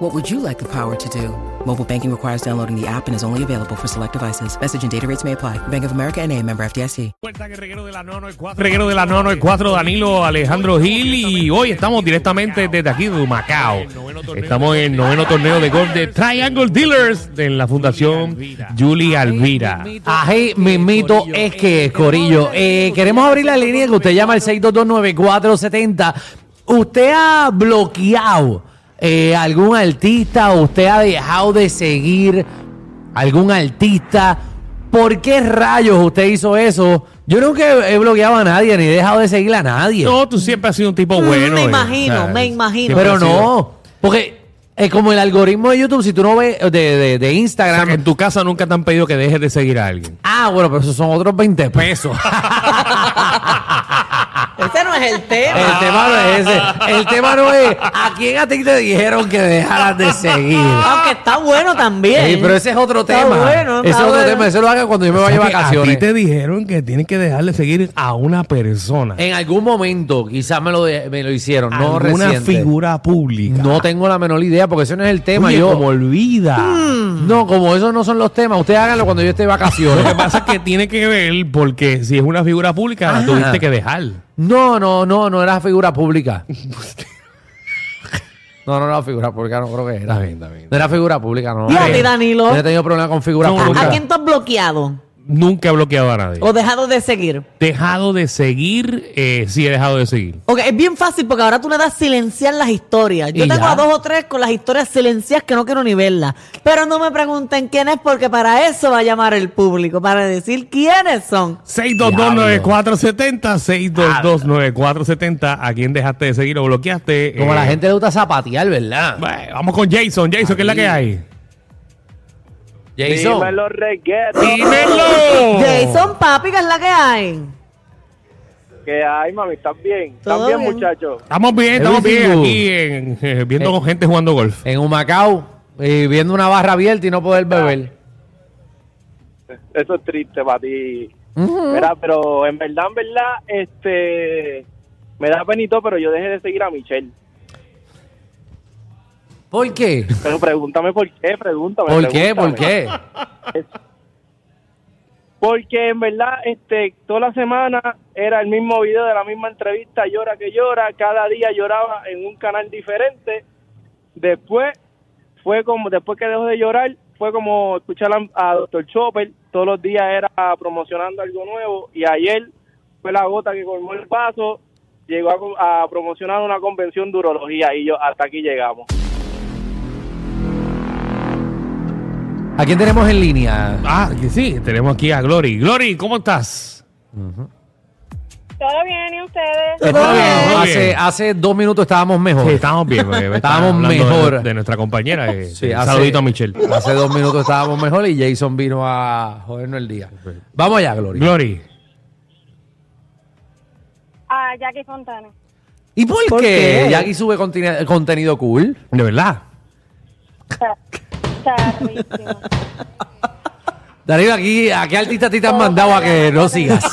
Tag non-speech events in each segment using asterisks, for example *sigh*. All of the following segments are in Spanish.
What would you like the power to do? Mobile banking requires downloading the app and is only available for select devices. Message and data rates may apply. Bank of America and a member FDIC. Cuenta que reguero de la 994. Reguero de la 994, Danilo Alejandro Gil. Y hoy estamos directamente desde aquí, de Macao. Estamos en el noveno torneo de golf de Triangle Dealers de la Fundación Julie Alvira. Ají mismito es que es, Corillo. Eh, queremos abrir la línea que usted llama al 6229470. ¿Usted ha bloqueado eh, algún artista? ¿Usted ha dejado de seguir algún artista? ¿Por qué rayos usted hizo eso? Yo nunca he he bloqueado a nadie ni he dejado de seguir a nadie. No, tú siempre has sido un tipo bueno. Mm, me eh. imagino, O sea, me imagino. siempre Pero has sido- no, porque es como el algoritmo de YouTube, si tú no ves de, O sea, de- de que en Instagram. tu casa nunca te han pedido que dejes de seguir a alguien. Ah, bueno, pero esos son otros 20 *laughs* *laughs* pesos. Ese no es el tema. *laughs* El tema no es ese. El tema no es a quién a ti te dijeron que dejaras de seguir. Aunque está bueno también. Ah. Sí, pero ese es otro Está tema. bueno, ese es está otro bueno. tema. Eso lo hagan cuando yo me vaya de O sea, que A vacaciones. ti te dijeron que tienes que dejar de seguir a una persona. En algún momento quizás me lo, de- me lo hicieron. Eh, No alguna reciente. figura pública. No tengo la menor idea porque ese no es el tema. Oye, yo como olvida. Mm. No, como esos no son los temas. Ustedes háganlo cuando yo esté de *laughs* Lo que vacaciones. pasa es que tiene que ver porque si es una figura pública la Ajá. tuviste que dejar. no, no, no. No era figura pública. No, no era figura pública. No creo que era. bien, está bien. No era figura pública. No, ¿Y a Eh, ti, Danilo? No he tenido problema con figura No, pública. ¿A quién tú has bloqueado? Nunca he bloqueado a nadie. ¿O dejado de seguir? Dejado de seguir, eh, sí he dejado de seguir. Ok, es bien fácil porque ahora tú le das silenciar las historias. Yo Y tengo ya. a dos o tres con las historias silenciadas que no quiero ni verlas. Pero no me pregunten quién es porque para eso va a llamar el público, para decir quiénes son. 6229470, 6229470. ¿A quién dejaste de seguir o bloqueaste? Como a Eh, la gente le gusta zapatear, ¿verdad? bueno, Vamos con Jason. Jason, ¿qué es la que hay? Jason. Dímelo, reguero. ¡Dímelo! Jason, papi, que es la que hay. ¿Qué hay, mami? ¿Están bien? ¿Están Todo bien, bien. muchachos? Estamos bien, estamos bien Everything aquí en, eh, viendo con gente jugando golf. en un Macao eh, viendo una barra abierta y no poder beber. Eso es triste para ti. Mm. Mira, pero en verdad, en verdad, este... Me da penito, pero yo dejé de seguir a Michelle. ¿Por qué? Pero pregúntame por qué, pregúntame. ¿Por qué? ¿Por pregúntame. qué? Porque en verdad, este, toda la semana era el mismo video de la misma entrevista, llora que llora, cada día lloraba en un canal diferente. Después fue como, después que dejó de llorar, fue como escuchar a, a Dr. Chopper, todos los días era promocionando algo nuevo y ayer fue la gota que colmó el vaso, llegó a co- a, promocionar una convención de urología y yo hasta aquí llegamos. ¿A quién tenemos en línea? Ah, que sí, tenemos aquí a Glory. Glory, ¿cómo estás? Todo bien, ¿y ustedes? Estamos bien, bien. todo Hace, bien. hace dos minutos estábamos mejor. Sí, estamos bien. *laughs* bebé. Estábamos Hablando de- mejor. De, nuestra compañera. eh, Sí, eh, hace- Saludito a Michelle. Hace dos minutos estábamos mejor y Jason vino a jodernos el día. Vamos allá, Gloria. Glory. A Jackie Fontana. ¿Y por, ¿Por qué? qué? Jackie sube contin- contenido cool. De verdad. Está- está riquísimo. Darío, aquí, ¿a qué artista a ti te han mandado a que no sigas?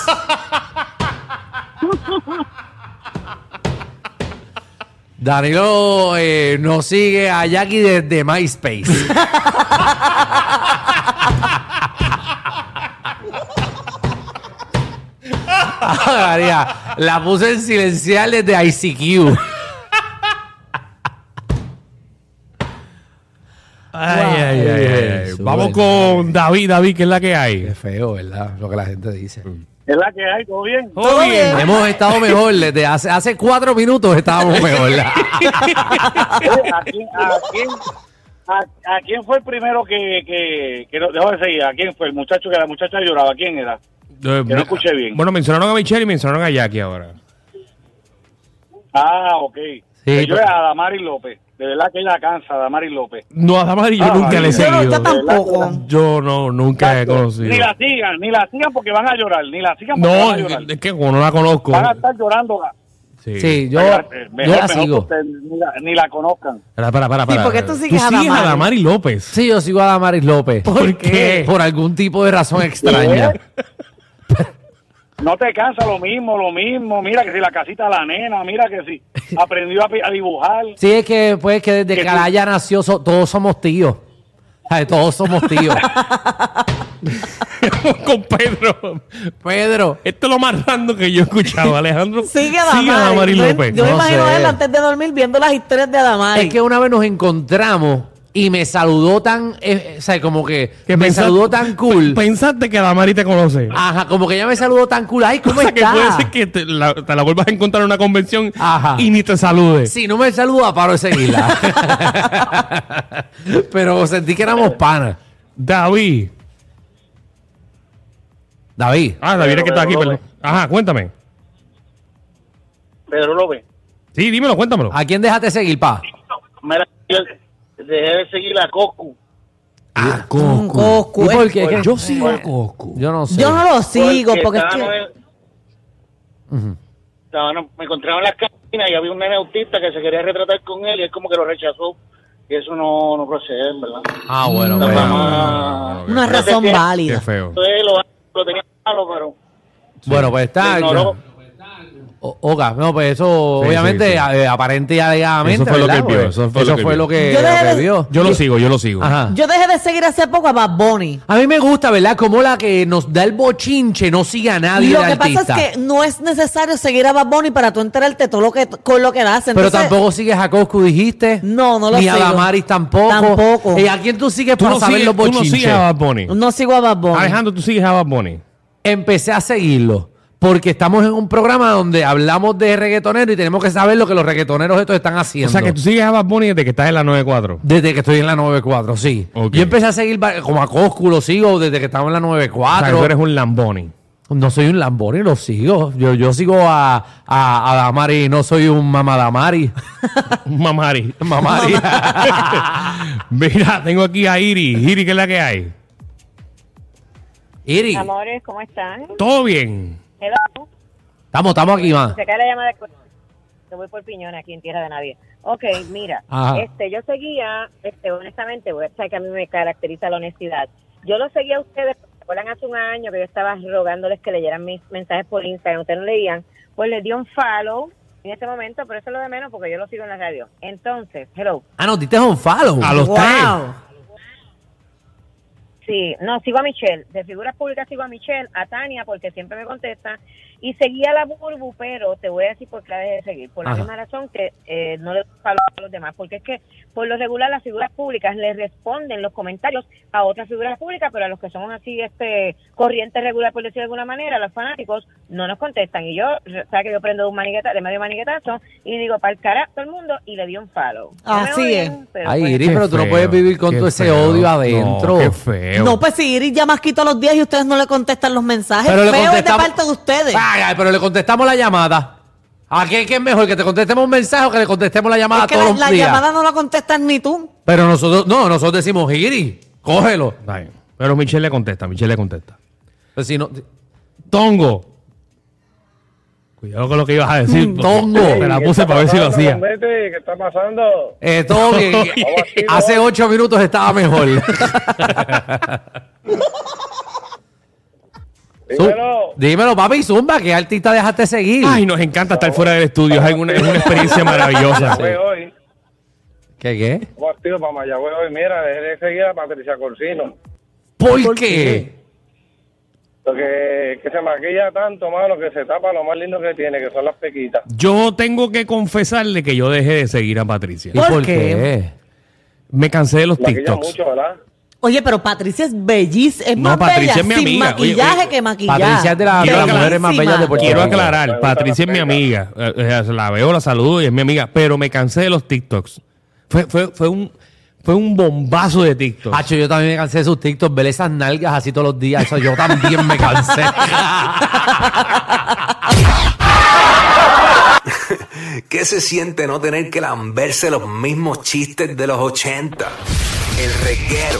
Danilo eh, nos sigue a Jackie desde MySpace. Ah, María, la puse en silencial desde ICQ. Ay, Wow. ay, ay, ay, ay. Eso, Vamos bueno. con David, David, que es la que hay. Qué feo, ¿verdad? Lo que la gente dice. Es la que hay, todo bien. Todo bien. Hemos estado mejor desde hace, hace cuatro minutos estábamos mejor. Oye, ¿a quién, a, quién, a, a quién fue el primero que, que, que no- dejó de seguir? ¿A quién fue? El muchacho que la muchacha lloraba. ¿Quién era? Eh, no escuché bien. Bueno, mencionaron a Michelle y mencionaron a Jackie ahora. Ah, ok. Que yo pero- era a Damari López. De verdad que ella cansa, Damari López. No, a Damari yo Ah, nunca le he yo no, seguido. yo tampoco. Yo no, Eh, nunca he conocido. Ni la sigan, ni la sigan porque van a llorar. Ni la sigan porque No, van a llorar. es que como no la conozco. Van a estar llorando. Sí. Sí, yo, Oiga, yo eh, mejor- la mejor que sigo. ustedes Ni la, ni la conozcan. Para, para, para. para. porque tú sigues a a Damaris. Damari López. *laughs* Sí, yo sigo a Damaris López. ¿Por qué? Por algún tipo de razón extraña. No te cansa lo mismo, lo mismo. Mira que si la casita de la nena, mira que si aprendió a, pi- a dibujar. Sí, es que pues que desde Que que tú- Alaya nació so- todos somos tíos. Ay, todos somos *laughs* tíos. Con Pedro. Pedro. Esto es lo más random que yo he escuchado, Alejandro. Sigue Sigue a Damari Adamari. Yo- López. Yo me No imagino sé. a él antes de dormir viendo las historias de Adamari. Es que una vez nos encontramos y me saludó tan, eh, eh, o sea, como que Que me pensa- saludó tan cool. Pe- Pensaste que Damari te conoce. Ajá, como que ella me saludó tan cool. Ay, ¿cómo *laughs* O sea, que está? puede ser que te la, te la vuelvas a encontrar en una convención Ajá. y ni te salude. Si no me saluda, paro de seguirla. *laughs* Pero sentí que éramos panas. David. David. Ah, David es Pero, que está aquí, pero, perdón. Ajá, cuéntame. Pedro López. Sí, dímelo, cuéntamelo. ¿A quién dejaste seguir, pa? Mira, yo dejé de seguir a Coscu. Ah, Mm, Coscu, ¿Y eh. por qué? ¿Qué? Yo sigo a Coscu. Yo no sé. Yo no lo sigo porque porque es estábamos que... en- estábamos- me encontraba en las caminas y había un nene autista que se quería retratar con él y él como que lo rechazó. Y eso no, no procede, en ¿verdad? Ah, bueno, La bueno. mamá- Una razón Qué válida. Qué feo. Entonces, lo, lo tenía malo, pero... Bueno, pues está. Lo ignoró. O- Oga, no, pues eso, Sí, obviamente, sí, sí. a- eh, aparente y alegadamente. Eso fue lo ¿verdad? que él vio, Pues, eso fue lo que fue vio. lo que, Yo lo que dejé de- vio. Yo lo sigo, yo lo sigo. Ajá. Yo dejé de seguir hace poco a Bad Bunny. A mí me gusta, ¿verdad? Como la que nos da el bochinche, no siga a nadie. lo de que Ah, artista. pasa es que no es necesario seguir a Bad Bunny para tú enterarte todo lo que, con lo que él hace. Pero Entonces, tampoco sigues a Coscu, dijiste. No, no lo Ni a sigo. Damaris tampoco. Tampoco. ¿Y a quién tú sigues Tú para no saber sigues, los tú no bochinches? sigues a Bad Bunny. No sigo a Bad Bunny. Alejandro, tú sigues a Bad Bunny. Empecé a seguirlo. Porque estamos en un programa donde hablamos de reggaetoneros y tenemos que saber lo que los reggaetoneros estos están O haciendo. sea, que tú sigues a Bad Bunny desde que estás en la 94. Desde que estoy en la 94, sí. Ok. Yo empecé a seguir va- como a Coscu, lo sigo desde que estaba en la O sea, que tú 94. eres un Lamboni. No soy un Lamboni, lo sigo. Yo, yo sigo a, a, a Damari, no soy *laughs* un mamadamari. Un Mamari. *laughs* Mamari. *laughs* Mira, tengo aquí a Iri. Iri, ¿qué es la que hay? Iri, estamos, Amores, ¿cómo están? Todo bien. Hello. estamos aquí, más. Se cae la llamada. del corazón. Te voy por piñón aquí en tierra de nadie. Ok, mira, Ajá. este, yo seguía, este, honestamente, voy a saber que a mí me caracteriza la honestidad. Yo lo seguía a ustedes, ¿se acuerdan hace un año que yo estaba rogándoles que leyeran mis mensajes por Instagram, ustedes no leían, pues les di un follow en este momento, pero eso es lo de menos porque yo lo sigo en la radio. Entonces, hello, Ah, no, diste un follow. A los Wow. tres. Sí, no, sigo a Michelle. De figuras públicas sigo a Michelle, a Tania, porque siempre me contesta. Y seguía la Burbu, pero te voy a decir por qué la dejé de seguir. Por la Ajá. misma razón que eh, no le doy palo a los demás. Porque es que, por lo regular, las figuras públicas le responden los comentarios a otras figuras públicas, pero a los que somos así, este corriente regular, por decirlo de alguna manera, los fanáticos, no nos contestan. Y yo, ¿sabes que yo prendo de un manigueta, de medio maniguetazo y digo, para el cara, todo el mundo, y le di un follow. No me Así odien, es. pero Ay, pues, Iri, Qué pero tú no feo, puedes vivir con qué todo ese feo. odio adentro. No, qué feo. No, pues si Iris llama aquí todos los días y ustedes no le contestan los mensajes. Pero le Feo contestamos- es de parte de ustedes. Ay, ay, pero le contestamos la llamada. ¿A qué, qué es mejor? ¿Que te contestemos un mensaje o que le contestemos la llamada es que todos la, los la días? llamada no la contestan ni tú. Pero nosotros, no, nosotros decimos, Iri, cógelo. Ay, Pero Michelle le contesta, Michelle le contesta. Pues si no, Tongo. Cuidado con lo que ibas a decir. porque *laughs* Tongo. Te la puse para ver si lo hacía. ¿Qué está pasando? eh, todo bien. Hace ocho minutos estaba mejor. *laughs* Zu- Dímelo. Dímelo, papi, Zumba, ¿qué artista dejaste seguir? Ay, nos encanta estar fuera del estudio. Es una, es una experiencia maravillosa. Mayagüez hoy, ¿Qué, qué? vamos activo para Mayagüez hoy. Mira, dejé de seguir a Patricia Corsino. ¿Por, qué? Porque que se maquilla tanto, mano, que se tapa lo más lindo que tiene, que son las pequitas. Yo tengo que confesarle que yo dejé de seguir a Patricia. ¿Y ¿Por por qué? qué? Me cansé de los Maquilla TikToks. mucho, ¿verdad? Oye, pero Patricia es bellísima. Es No, más Patricia bella es mi sin amiga. Oye, maquillaje oye, que maquillaje. Patricia es de, la- de Quiero las mujeres más bellas de Puerto Quiero Rico. Me aclarar, gusta Patricia es la mi amiga. Eh, eh, La veo, la saludo y es mi amiga. Pero me cansé de los TikToks. Fue, fue, fue un, fue un bombazo de TikTok. Hacho, yo también me cansé de sus TikToks, ver esas nalgas así todos los días. Eso yo también me cansé. ¿Qué se siente no tener que lamberse los mismos chistes de los 80? El reguero